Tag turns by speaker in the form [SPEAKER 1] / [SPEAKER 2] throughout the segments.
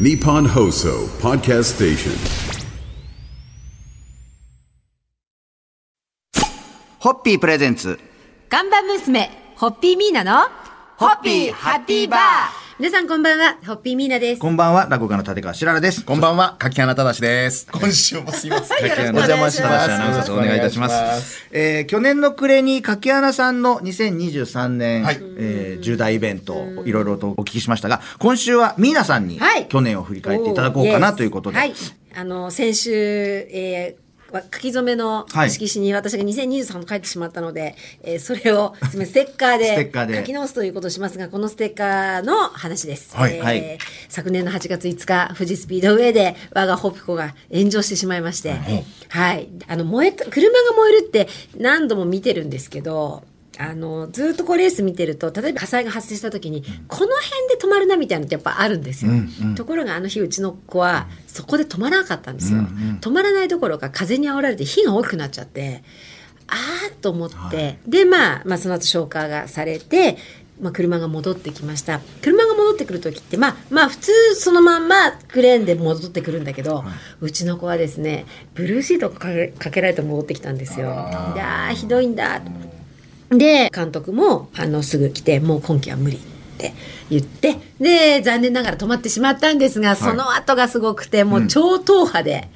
[SPEAKER 1] Nippon Hoso Podcast Station.
[SPEAKER 2] ホッピープレゼンツ。
[SPEAKER 3] ガンバ娘、ホッピーミーナの、
[SPEAKER 2] ホッピーハッピーバー
[SPEAKER 3] 皆さんこんばんは、ホッピーミーナです。
[SPEAKER 2] こんばんは、落語家の立川しららです。
[SPEAKER 4] こんばんは、柿花正です。今週もすいません。
[SPEAKER 3] よろしくお
[SPEAKER 2] お
[SPEAKER 3] 願いし
[SPEAKER 2] 邪
[SPEAKER 3] ま
[SPEAKER 2] 魔
[SPEAKER 3] す
[SPEAKER 2] します。アナウンサーとお願いいたします。えー去年の暮れに柿花さんの2023年、
[SPEAKER 4] はい
[SPEAKER 2] えー重大イベント、いろいろとお聞きしましたが、今週はミーナさんに
[SPEAKER 3] はい
[SPEAKER 2] 去年を振り返っていただこうかなということで、
[SPEAKER 3] おー yes はい。あの、先週、えーわ書き初めの
[SPEAKER 2] はい
[SPEAKER 3] 色紙に私が2023と書いてしまったので、えーそれをすみませんステッカー
[SPEAKER 2] ステッ
[SPEAKER 3] で
[SPEAKER 2] カーで
[SPEAKER 3] 書き直すということをしますがこのステッカーの話です、
[SPEAKER 4] はい
[SPEAKER 3] えー
[SPEAKER 2] はい
[SPEAKER 3] 昨年の8月5日富士スピードウェイで我がホピコが炎上してしまいまして、はいあの燃えた車が燃えるって何度も見てるんですけどあのずっとこうレース見てると例えば火災が発生した時にこの辺で止まるなみたいなのってやっぱあるんですよ、ところがあの日うちの子はそこで止まらなかったんですよ、止まらないどころか風にあおられて火が大きくなっちゃってあーっと思って、で、まあ、まあその後消火がされて、まあ、車が戻ってきました車が戻ってくる時って、まあ、まあ普通そのまんまクレーンで戻ってくるんだけど、うちの子はですねブルーシートかけかけられて戻ってきたんですよ。であーひどいんだとで監督もあのすぐ来て「もう今季は無理」って言ってで残念ながら止まってしまったんですが、その後がすごくてもう超党派で。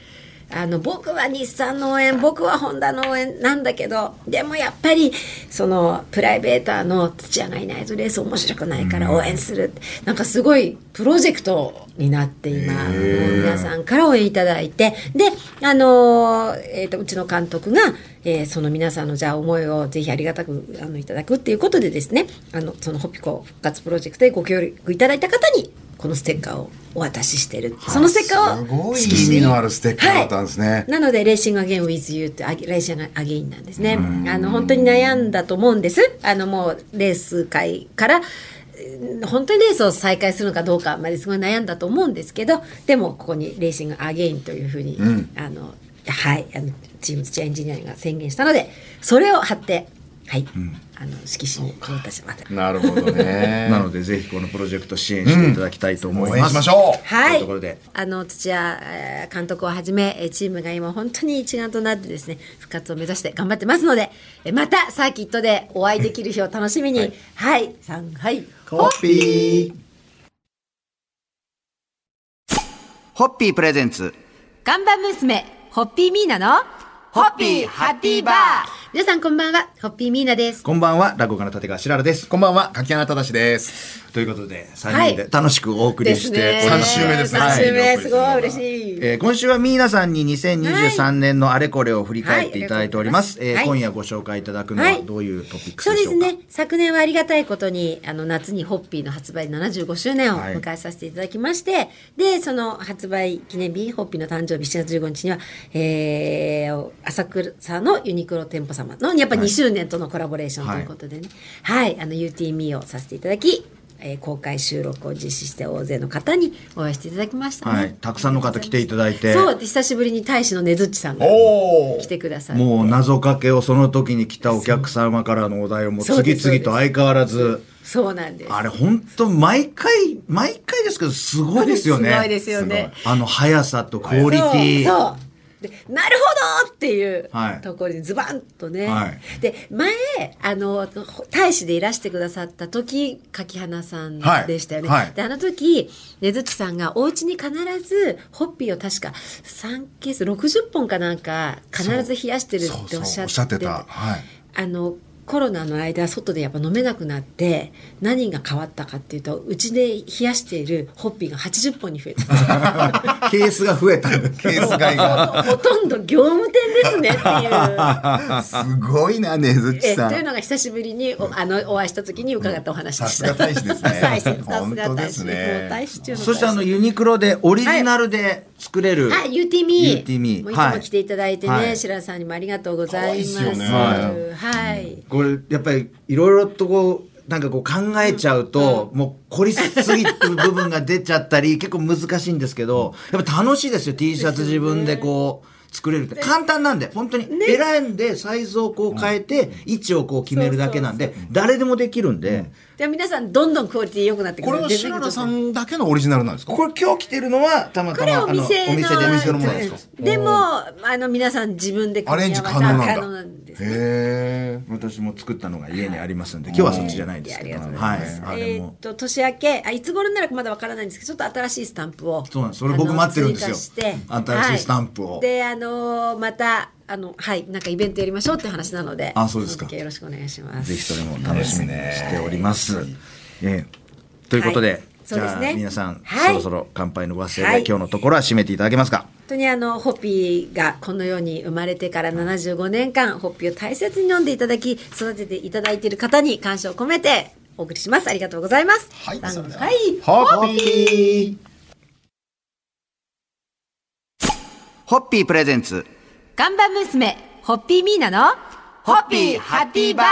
[SPEAKER 3] あの僕は日産の応援僕はホンダの応援なんだけどでもやっぱりそのプライベーターの土屋がいないとレース面白くないから応援する、なんかすごいプロジェクトになって今もう皆さんから応援いただいてであのーえー、とうちの監督が、えーその皆さんのじゃあ思いをぜひありがたくあのいただくっていうことでですねあのそのホピコ復活プロジェクトでご協力いただいた方にこのステッカーをお渡ししてるそのステッカーを
[SPEAKER 4] すごい意味のあるステッカーだったんですね。
[SPEAKER 3] なので、レーシングアゲイン with you って、あげレーシングアゲインなんですね。あの、本当に悩んだと思うんです。あの、もう、レース会から、うん本当にレースを再開するのかどうかまですごい悩んだと思うんですけど、でも、ここにレーシングアゲインというふうに、あの、はい、あの、チーム土屋エンジニアリングが宣言したので、それを貼って、はい、あの、色紙にお渡しします。
[SPEAKER 4] なるほど ね。
[SPEAKER 2] なのでぜひこのプロジェクト支援していただきたいと思います。
[SPEAKER 4] 応援しましょう
[SPEAKER 3] は
[SPEAKER 2] とい
[SPEAKER 3] いう
[SPEAKER 2] ところで、
[SPEAKER 3] あの土屋えー監督をはじめえーチームが今本当に一丸となってですね復活を目指して頑張ってますのでえーまたサーキットでお会いできる日を楽しみにはい、さんはい
[SPEAKER 2] ホッピーホッピープレゼンツ。
[SPEAKER 3] ガンバ娘ホッピーミーナの
[SPEAKER 2] ホッピーハッピーバー
[SPEAKER 3] 皆さんこんばんはホッピーミーナです
[SPEAKER 2] こんばんは、落語家の立川しららです。
[SPEAKER 4] こんばんは、柿花正です。
[SPEAKER 2] ということで、3人で楽しくお送りしており
[SPEAKER 4] で
[SPEAKER 2] ます
[SPEAKER 4] ね
[SPEAKER 2] す。
[SPEAKER 4] 三週目ですね
[SPEAKER 3] 3週
[SPEAKER 4] は
[SPEAKER 3] 目
[SPEAKER 4] い
[SPEAKER 3] すごい嬉しい
[SPEAKER 2] えー今週はミーナさんに2023年のあれこれを振り返っていただいております。
[SPEAKER 3] はい
[SPEAKER 2] えー
[SPEAKER 3] はい
[SPEAKER 2] 今夜ご紹介いただくのはどういうトピックス
[SPEAKER 3] そう
[SPEAKER 2] でし
[SPEAKER 3] で
[SPEAKER 2] ょ
[SPEAKER 3] す
[SPEAKER 2] うか、
[SPEAKER 3] ね昨年はありがたいことにあの夏にホッピーの発売75周年を迎えさせていただきまして、でその発売記念日ホッピーの誕生日7月15日には、えー浅草のユニクロ店舗様のやっぱ2周年とのコラボレーションということでねはい、あの UTME をさせていただき、えー公開収録を実施して大勢の方にお会いしていただきましたね、
[SPEAKER 2] はい。たくさんの方来ていただいて、
[SPEAKER 3] そう久しぶりに大使のねずっちさんが
[SPEAKER 4] おお
[SPEAKER 3] 来。てくださって
[SPEAKER 2] もう謎かけをその時に来たお客様からのお題をもう
[SPEAKER 3] そうで
[SPEAKER 2] 次
[SPEAKER 3] すそう
[SPEAKER 2] 々
[SPEAKER 3] です
[SPEAKER 2] と相変わらず、
[SPEAKER 3] そうなんです
[SPEAKER 2] あれ本当毎回、毎回ですけど、すごいですよね。
[SPEAKER 3] すごいですよね
[SPEAKER 2] すごいあの速さとクオリティ。
[SPEAKER 3] そうそうでなるほどっていう
[SPEAKER 2] はい
[SPEAKER 3] ところにズバンとね、
[SPEAKER 2] はい
[SPEAKER 3] で前あの大使でいらしてくださった時柿花さん
[SPEAKER 4] はい
[SPEAKER 3] でしたよね、
[SPEAKER 4] はい
[SPEAKER 3] であの時ねずっちさんがお家に必ずホッピーを確か3ケース60本かなんか必ず冷やしてる
[SPEAKER 4] そ
[SPEAKER 3] っ
[SPEAKER 4] う
[SPEAKER 3] て
[SPEAKER 4] そ
[SPEAKER 3] お
[SPEAKER 4] う、お
[SPEAKER 3] っ
[SPEAKER 4] っ
[SPEAKER 3] し
[SPEAKER 4] し
[SPEAKER 3] ゃって
[SPEAKER 4] ゃってた。はい。
[SPEAKER 3] あのコロナの間外でやっぱ飲めなくなって何が変わったかっていうとうちで冷やしているホッピーが80本に増えた
[SPEAKER 2] ケースが増えた。
[SPEAKER 4] ケース買い が。
[SPEAKER 3] ほとんど業務店ですねっていう。
[SPEAKER 4] すごいな、ねずっ
[SPEAKER 3] え
[SPEAKER 4] ちさ。
[SPEAKER 3] というんのが久しぶりにおあのお会いした時に伺ったお話でした。
[SPEAKER 4] さすが大使で すね
[SPEAKER 3] 大使さす
[SPEAKER 4] 本
[SPEAKER 3] が
[SPEAKER 4] 当で
[SPEAKER 3] 大
[SPEAKER 4] す
[SPEAKER 3] 使。
[SPEAKER 4] ね
[SPEAKER 3] もう大使中の大使。
[SPEAKER 2] そしてあのユニクロでオリジナルで作れる。
[SPEAKER 3] あ、UTME。
[SPEAKER 2] UTME
[SPEAKER 3] もういつも来ていただいてね、
[SPEAKER 2] はい
[SPEAKER 3] 白良さんにもありがとうございます。
[SPEAKER 4] 可愛いっすよね
[SPEAKER 3] はい。
[SPEAKER 2] これやっぱりいろいろとこうなんかこう考えちゃうと、もう凝りすぎる部 分が出ちゃったり結構難しいんですけどやっぱ楽しいですよ T シャツ自分でこう作れるって簡単なんで本当に選んでサイズをこう変えて位置をこう決めるだけなんで誰でもできるんで
[SPEAKER 3] じゃあ皆さんどんどんクオリティ良くなってく
[SPEAKER 4] これは白田さんだけのオリジナルなんですか
[SPEAKER 2] これ今日着てるのはたまた
[SPEAKER 3] これ
[SPEAKER 2] まあ
[SPEAKER 3] お
[SPEAKER 2] のお
[SPEAKER 3] 店の
[SPEAKER 2] 店で
[SPEAKER 4] お店のもの
[SPEAKER 3] やつ
[SPEAKER 4] ですか
[SPEAKER 3] でもあの皆さん自分で
[SPEAKER 4] ア
[SPEAKER 3] 組
[SPEAKER 4] レン
[SPEAKER 3] み合
[SPEAKER 4] ジ
[SPEAKER 3] わ
[SPEAKER 4] 可
[SPEAKER 3] せ
[SPEAKER 4] 能な
[SPEAKER 3] 可
[SPEAKER 4] んだ
[SPEAKER 3] 能なんですね
[SPEAKER 4] へえ
[SPEAKER 2] 私も作ったのが家にありますんで今日はそっちじゃないですけど
[SPEAKER 3] ありがとうござ
[SPEAKER 2] はいい
[SPEAKER 3] ます。
[SPEAKER 2] あ
[SPEAKER 3] え
[SPEAKER 2] れ
[SPEAKER 3] ーっ
[SPEAKER 2] も
[SPEAKER 3] と年明けあいつ頃になるかまだわからないんですけどちょっと新しいスタンプを
[SPEAKER 2] そうなんですそれ僕待ってるんですよ
[SPEAKER 3] あの追加して
[SPEAKER 2] 新しいスタンプを
[SPEAKER 3] はいであのーまたあのはいなんかイベントやりましょうって話なので
[SPEAKER 2] あそうですか
[SPEAKER 3] 続きよろしくお願いします
[SPEAKER 2] ぜひそれも楽しみにしております。ええということで、
[SPEAKER 3] はい
[SPEAKER 2] じゃ
[SPEAKER 3] そう
[SPEAKER 2] あ、
[SPEAKER 3] ですね
[SPEAKER 2] 皆さん、
[SPEAKER 3] はい
[SPEAKER 2] そろそろ乾杯のご発声で、
[SPEAKER 3] はい
[SPEAKER 2] 今日のところは締めていただけますか。
[SPEAKER 3] 本当にあのホッピーがこの世に生まれてから75年間ホッピーを大切に飲んでいただき育てていただいている方に感謝を込めてお送りしますありがとうございます
[SPEAKER 4] はい
[SPEAKER 3] 番組
[SPEAKER 4] それでは
[SPEAKER 3] はい
[SPEAKER 4] ホッピー
[SPEAKER 2] ホッピープレゼンツ。
[SPEAKER 3] 看板娘ホッピーミーナの
[SPEAKER 2] ホッピーハッピーバー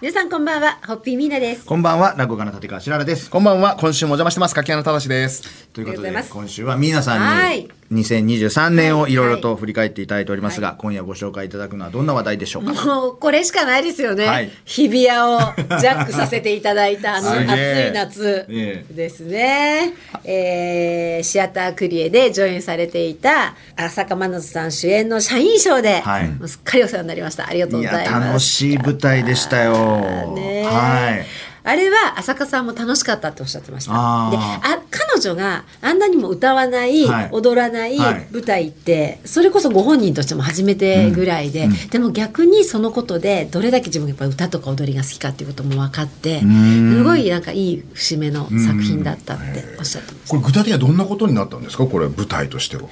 [SPEAKER 3] 皆さんこんばんはホッピーミーナです
[SPEAKER 2] こんばんは、落語家の立川しららです。
[SPEAKER 4] こんばんは今週もお邪魔してます柿原忠です
[SPEAKER 2] ということで
[SPEAKER 3] ありがとうございます
[SPEAKER 2] 今週は皆さ
[SPEAKER 3] は
[SPEAKER 2] ん
[SPEAKER 3] い
[SPEAKER 2] に2023年をいろいろと振り返っていただいておりますが、今夜ご紹介いただくのはどんな話題でし ょうか。
[SPEAKER 3] もうこれしかないですよね、
[SPEAKER 2] はい
[SPEAKER 3] 日比谷をジャックさせていただいた あの
[SPEAKER 4] すげ
[SPEAKER 3] 暑
[SPEAKER 4] え
[SPEAKER 3] い夏
[SPEAKER 2] ええ
[SPEAKER 3] ですね、えーシアタークリエで上演されていた浅香真夏さん主演の社員賞で、
[SPEAKER 2] はい
[SPEAKER 3] もうすっかりお世話になりましたありがとう
[SPEAKER 2] い
[SPEAKER 3] ご
[SPEAKER 2] や
[SPEAKER 3] ざいます
[SPEAKER 2] 楽しい舞台でしたよ。
[SPEAKER 3] ね
[SPEAKER 2] はい。
[SPEAKER 3] あれは浅香さんも楽しかったっておっしゃってましたで
[SPEAKER 2] あー
[SPEAKER 3] あ彼女があんなにも歌わない、
[SPEAKER 2] はい
[SPEAKER 3] 踊らない
[SPEAKER 2] はい
[SPEAKER 3] 舞台ってそれこそご本人としても初めてぐらいで、でも逆にそのことでどれだけ自分がやっぱ歌とか踊りが好きかっていうことも分かってすごいなんかいい節目の作品だったっておっしゃってました
[SPEAKER 4] これ具体的にはどんなことになったんですかこれ舞台としては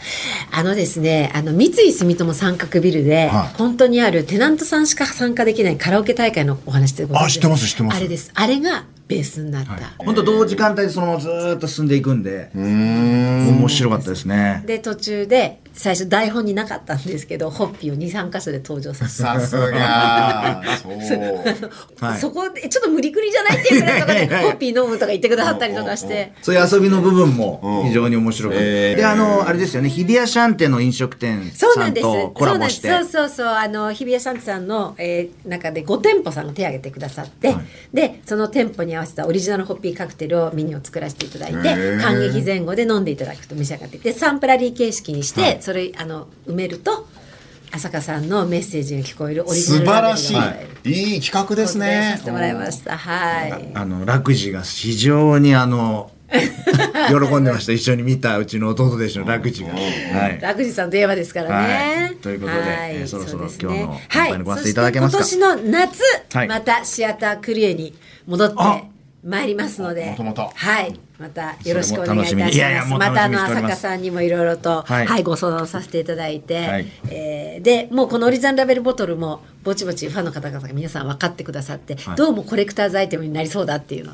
[SPEAKER 3] あのですね、あの三井住友三角ビルで、
[SPEAKER 4] はい
[SPEAKER 3] 本当にあるテナントさんしか参加できないカラオケ大会のお話でございます。
[SPEAKER 4] あ知ってます知ってます
[SPEAKER 3] あれです。あれがベースになった。
[SPEAKER 2] 本当同時間帯でそのままずーっと進んでいくんで、面白かったですね。
[SPEAKER 3] で途中で最初台本になかったんですけどホッピーを23箇所で登場させて。
[SPEAKER 4] さすが そう
[SPEAKER 2] はい
[SPEAKER 3] そこでちょっと無理くりじゃないっていうぐらいのところ
[SPEAKER 2] いやいや
[SPEAKER 3] で
[SPEAKER 2] いや
[SPEAKER 3] ホッピー飲むとか言ってくださったりとかして
[SPEAKER 2] そういう遊びの部分も非常に面白くて、であのあれですよね日比谷シャンテの飲食店さ
[SPEAKER 3] そうなん
[SPEAKER 2] ん
[SPEAKER 3] です
[SPEAKER 2] とコ
[SPEAKER 3] そ
[SPEAKER 2] ラ
[SPEAKER 3] うな
[SPEAKER 2] ボ
[SPEAKER 3] んで
[SPEAKER 2] し
[SPEAKER 3] す
[SPEAKER 2] て
[SPEAKER 3] そうそうそうあの日比谷シャンテさんの、えー中で5店舗さんが手を挙げてくださって、でその店舗に合わせたオリジナルホッピーカクテルをミニを作らせていただいて
[SPEAKER 4] ー
[SPEAKER 3] 感激前後で飲んでいただくと召し上がってでサンプラリー形式にして、それあの埋めると浅香さんのメッセージが聞こえるオリジ
[SPEAKER 4] 素
[SPEAKER 3] ナルラベル
[SPEAKER 4] 晴ら
[SPEAKER 3] が
[SPEAKER 4] し
[SPEAKER 3] もらえる
[SPEAKER 4] いいい企画です
[SPEAKER 3] ね
[SPEAKER 4] ね
[SPEAKER 3] させてもらいましたはい
[SPEAKER 2] あの楽寺が非常にあの 喜んでました一緒に見たうちの弟弟子の楽寺が。はい
[SPEAKER 3] 楽寺さんといえばですからね。
[SPEAKER 2] はいということで
[SPEAKER 3] は
[SPEAKER 2] えーそろそろ
[SPEAKER 3] うですね
[SPEAKER 2] 今日の乾杯のご発声いただけますか
[SPEAKER 3] はいそして今年の夏、
[SPEAKER 2] はい
[SPEAKER 3] またシアタークリエに戻って
[SPEAKER 2] あ
[SPEAKER 3] まいりますので、
[SPEAKER 4] またまた
[SPEAKER 3] はい、またよろしくお願いいたし
[SPEAKER 2] それも楽しみ
[SPEAKER 3] ま
[SPEAKER 2] に
[SPEAKER 3] す。
[SPEAKER 2] いやいやもう
[SPEAKER 3] ま
[SPEAKER 2] 楽
[SPEAKER 3] たあ
[SPEAKER 2] しみに
[SPEAKER 3] の
[SPEAKER 2] してお
[SPEAKER 3] 浅
[SPEAKER 2] ります
[SPEAKER 3] 香さんにもいろいろと、は、
[SPEAKER 2] はいい
[SPEAKER 3] ご相談させていただいて、
[SPEAKER 2] はい
[SPEAKER 3] えーでもうこのオリジナルラベルボトルもぼちぼちファンの方々が皆さん分かってくださって、
[SPEAKER 2] はい
[SPEAKER 3] どうもコレクターズアイテムになりそうだっていうの。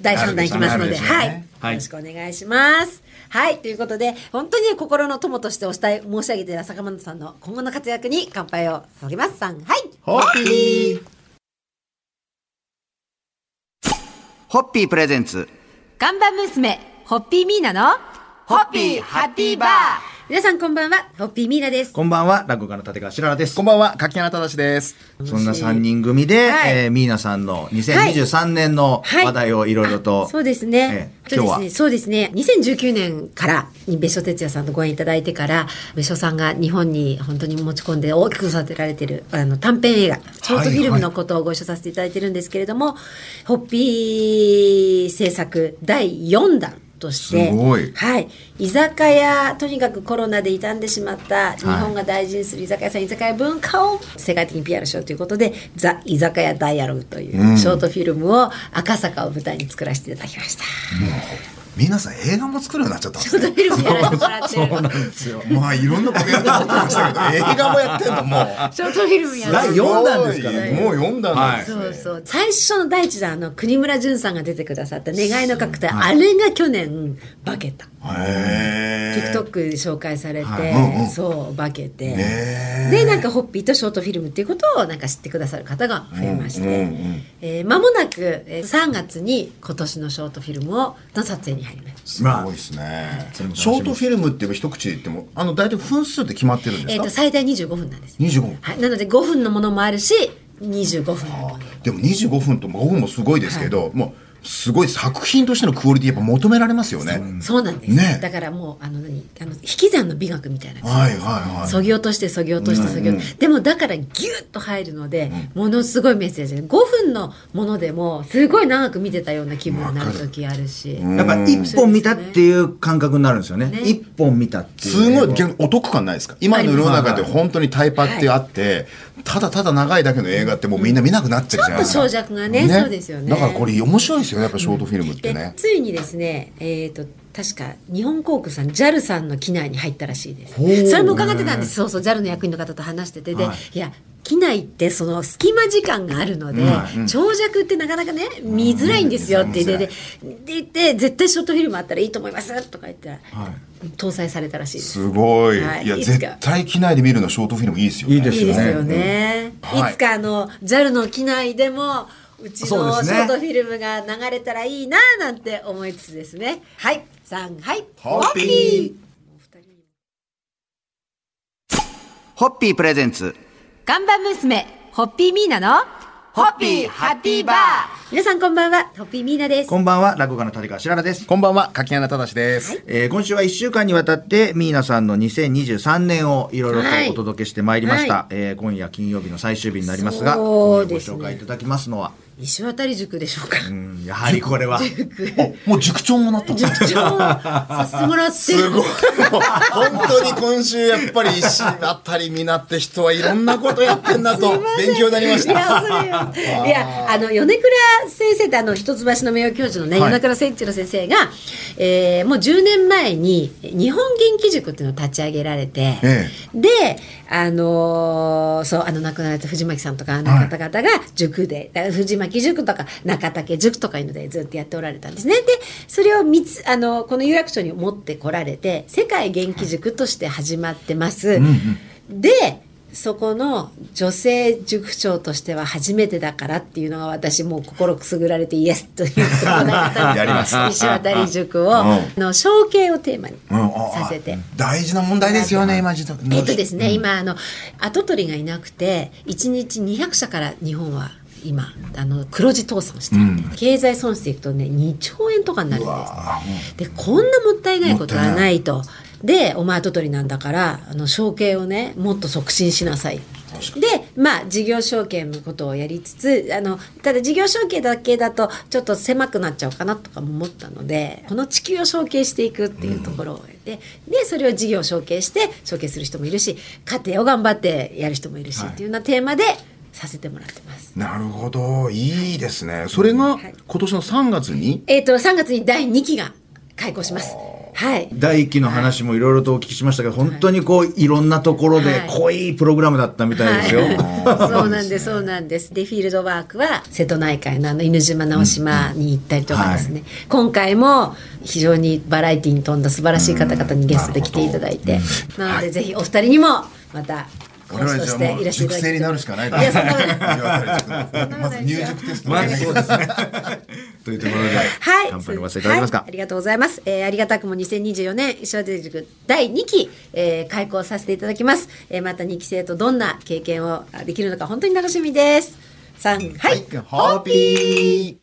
[SPEAKER 3] 第3弾いきますので、
[SPEAKER 4] なるでしょうね
[SPEAKER 3] はい、
[SPEAKER 2] はい
[SPEAKER 3] よろしくお願いします。はい、ということで、本当に心の友としてお伝え申し上げていた坂本さんの今後の活躍に乾杯を捧げます。さん、はい。
[SPEAKER 2] ホッピーホッピープレゼンツ
[SPEAKER 3] 看板娘、ホッピーミーナの、
[SPEAKER 2] ホッピーハッピーバー
[SPEAKER 3] 皆さんこんばんは、ホッピーミーナです。
[SPEAKER 2] こんばんは落語家の立川しららです
[SPEAKER 4] こんばんは柿原忠です
[SPEAKER 2] そんな3人組で、
[SPEAKER 3] はい
[SPEAKER 2] えーミーナさんの2023年の
[SPEAKER 3] はい
[SPEAKER 2] 話題をいろいろと、
[SPEAKER 3] そうですね。
[SPEAKER 2] ええ今日は
[SPEAKER 3] そうですねそうですね。2019年からに別所哲也さんとご縁いただいてから、別所さんが日本に本当に持ち込んで大きく育てられているあの短編映画、ショートフィルムのことをご一緒させていただいてるんですけれども、ホッピー制作第4弾。として
[SPEAKER 4] すごい
[SPEAKER 3] はい、居酒屋とにかくコロナで傷んでしまった日本が大事にする居酒屋さん、居酒屋文化を世界的に PR しようということで「ザ・居酒屋ダイアログ」というショートフィルムを赤坂を舞台に作らせていただきました。
[SPEAKER 4] 皆さん映画も作るようになっちゃったんです
[SPEAKER 3] ショー
[SPEAKER 4] ね
[SPEAKER 3] トフィルムやらせてもらってる
[SPEAKER 4] まあいろんなことやってましたけど映画もやってんのもう
[SPEAKER 3] ショートフィルムやらせ
[SPEAKER 2] 第
[SPEAKER 3] て
[SPEAKER 2] 四弾ですから
[SPEAKER 4] ねもう読んだんです
[SPEAKER 3] そう
[SPEAKER 4] ね
[SPEAKER 3] そう最初の第一弾あの国村淳さんが出てくださった「願いの角度」あれが去年化けた。
[SPEAKER 4] へえ
[SPEAKER 3] TikTok で紹介されて、
[SPEAKER 4] はいうんうん
[SPEAKER 3] そう化けて、
[SPEAKER 4] ねえ
[SPEAKER 3] でなんかホッピーとショートフィルムっていうことをなんか知ってくださる方が増えまして、えー間もなくえー3月に今年のショートフィルムをの撮影に入ります。
[SPEAKER 4] すごいですね、ショートフィルムって一口で言ってもあの大体分数って決まってるんで
[SPEAKER 3] え
[SPEAKER 4] す
[SPEAKER 3] ー、
[SPEAKER 4] か、
[SPEAKER 3] と最大25分なんです、
[SPEAKER 4] 25分
[SPEAKER 3] はい、なので5分のものもあるし25分のもの
[SPEAKER 4] でも25分と5分もすごいですけど、もうすごい作品としてのクオリティやっぱ求められますよね、
[SPEAKER 3] そうなんです、
[SPEAKER 4] ね
[SPEAKER 3] だからもうあの何あの引き算の美学みたいな感
[SPEAKER 4] はいはいはい
[SPEAKER 3] じそぎ落としてそぎ落としてそぎ落として、でもだからギュッと入るので、ものすごいメッセージ5分のものでもすごい長く見てたような気分になる時あるし、
[SPEAKER 2] やっぱ一本見たっていう感覚になるんですよね。一本見たっていう。
[SPEAKER 4] すごい逆にお得感ないですか今の世の中で本当にタイパってあって、ただただ長いだけの映画ってもうみんな見なくなってるじゃないですか
[SPEAKER 3] ちょっと長尺がねそうですよね
[SPEAKER 4] だからこれ面白いですよねやっぱショートフィルムって
[SPEAKER 3] で
[SPEAKER 4] ね、
[SPEAKER 3] ついにですねえっ、と確か日本航空さん JAL さんの機内に入ったらしいです
[SPEAKER 4] ほう
[SPEAKER 3] それも伺ってたんですそうそう JAL の役員の方と話しててで、い、や機内ってその隙間時間があるので、長尺ってなかなかね見づらいんですよって言って、ででで絶対ショートフィルムあったらいいと思いますとか言ったら、搭載されたらしいです
[SPEAKER 4] すごい、
[SPEAKER 3] はい
[SPEAKER 4] い、や
[SPEAKER 3] いつか
[SPEAKER 4] 絶対機内で見るのショートフィルムいいですよね
[SPEAKER 2] いいです
[SPEAKER 3] いいですよね、
[SPEAKER 4] うんはい
[SPEAKER 3] いつかあの JAL の機内でもうち
[SPEAKER 2] そう
[SPEAKER 3] の
[SPEAKER 2] で
[SPEAKER 3] シ
[SPEAKER 2] すね
[SPEAKER 3] ョートフィルムが流れたらいいななんて思いつつですねはい3はい
[SPEAKER 4] ホッピ
[SPEAKER 5] ホッピープレゼンツ
[SPEAKER 3] ガンバ娘ホッピーミーナの
[SPEAKER 5] ホッピーハッピーバー
[SPEAKER 3] 皆さんこんばんはホッピーミーナです
[SPEAKER 2] こんばんは、落語家の立川しららです。
[SPEAKER 4] こんばんは柿穴忠です、
[SPEAKER 2] えー今週は1週間にわたって、ミーナさんの2023年をいろいろと
[SPEAKER 3] はい
[SPEAKER 2] お届けしてまいりました。
[SPEAKER 3] はい
[SPEAKER 2] えー今夜金曜日の最終日になりますが、
[SPEAKER 3] そ
[SPEAKER 2] ご
[SPEAKER 3] うですね
[SPEAKER 2] 紹介いただきますのは、
[SPEAKER 3] 石渡塾でしょうか
[SPEAKER 2] うんやはりこれは、
[SPEAKER 4] おもう塾長もなった
[SPEAKER 3] 塾長をさせてもらって
[SPEAKER 4] すごい。もう本当に今週やっぱり石あたりになって人はいろんなことやってんなと勉強になりまし
[SPEAKER 3] いや、
[SPEAKER 4] た。
[SPEAKER 3] 恐れよいや、あの、米倉先生って、あの、一橋の名誉教授のね、
[SPEAKER 4] はい
[SPEAKER 3] 米倉千一郎先生が、えーもう10年前に、日本元気塾っていうのを立ち上げられて、
[SPEAKER 4] え
[SPEAKER 3] で、あのーそう、あの、亡くなられた藤巻さんとか、あの方々が塾で、だから藤巻塾とか、中竹塾とかいうのでずっとやっておられたんですね。で、それをみつ、あの、この有楽町に持ってこられて、世界元気塾として始まってます。でそこの女性塾長としては初めてだからっていうのが私もう心くすぐられてイエスということだった
[SPEAKER 4] やります
[SPEAKER 3] 石渡り塾を、あの象形をテーマにさせて。
[SPEAKER 4] 大事な問題ですよね、今時代
[SPEAKER 3] えっとですね、今あの跡取りがいなくて1日200社から日本は今あの黒字倒産してるんで、経済損失でいくとね2兆円とかになるんです、でこんなもったいないことはないとでお前跡取りなんだからあの承継をねもっと促進しなさいでまあ事業承継のことをやりつつあのただ事業承継だけだとちょっと狭くなっちゃうかなとかも思ったのでこの地球を承継していくっていうところをででそれを事業を承継して承継する人もいるし家庭を頑張ってやる人もいるし、っていうようなテーマでさせてもらってます。
[SPEAKER 4] なるほど、いいですね。それが
[SPEAKER 3] い
[SPEAKER 4] 今年の3月に、
[SPEAKER 3] えっ、と3月に第2期が開校します。はい
[SPEAKER 2] 第一期の話もいろいろとお聞きしましたけど、本当にこう、いろんなところで
[SPEAKER 3] はい
[SPEAKER 2] 濃いプログラムだったみたいですよ。
[SPEAKER 3] はい、そうなんです、そうなんです。で、フィールドワークは瀬戸内海のあの犬島直島に行ったりとかですね。今回も非常にバラエティに富んだ素晴らしい方々にゲストで来ていただいて。なので、ぜひお二人にもまた。講
[SPEAKER 4] 我
[SPEAKER 3] 師と
[SPEAKER 4] 々じゃ
[SPEAKER 3] して
[SPEAKER 4] も
[SPEAKER 3] いうらしてい
[SPEAKER 4] 熟
[SPEAKER 3] ただきた
[SPEAKER 4] 成に
[SPEAKER 3] い
[SPEAKER 4] なるしかない
[SPEAKER 3] いやそんなことない
[SPEAKER 4] まず入塾テストをやらなきゃいけない
[SPEAKER 2] というところで、
[SPEAKER 3] はい。
[SPEAKER 2] 乾杯におさせていただきますか
[SPEAKER 3] はいありがとうございます。えーありがたくも2024年、石渡塾第2期、えー開校させていただきます。えーまた2期生とどんな経験をあできるのか、本当に楽しみです。3、はい。
[SPEAKER 4] ホッピー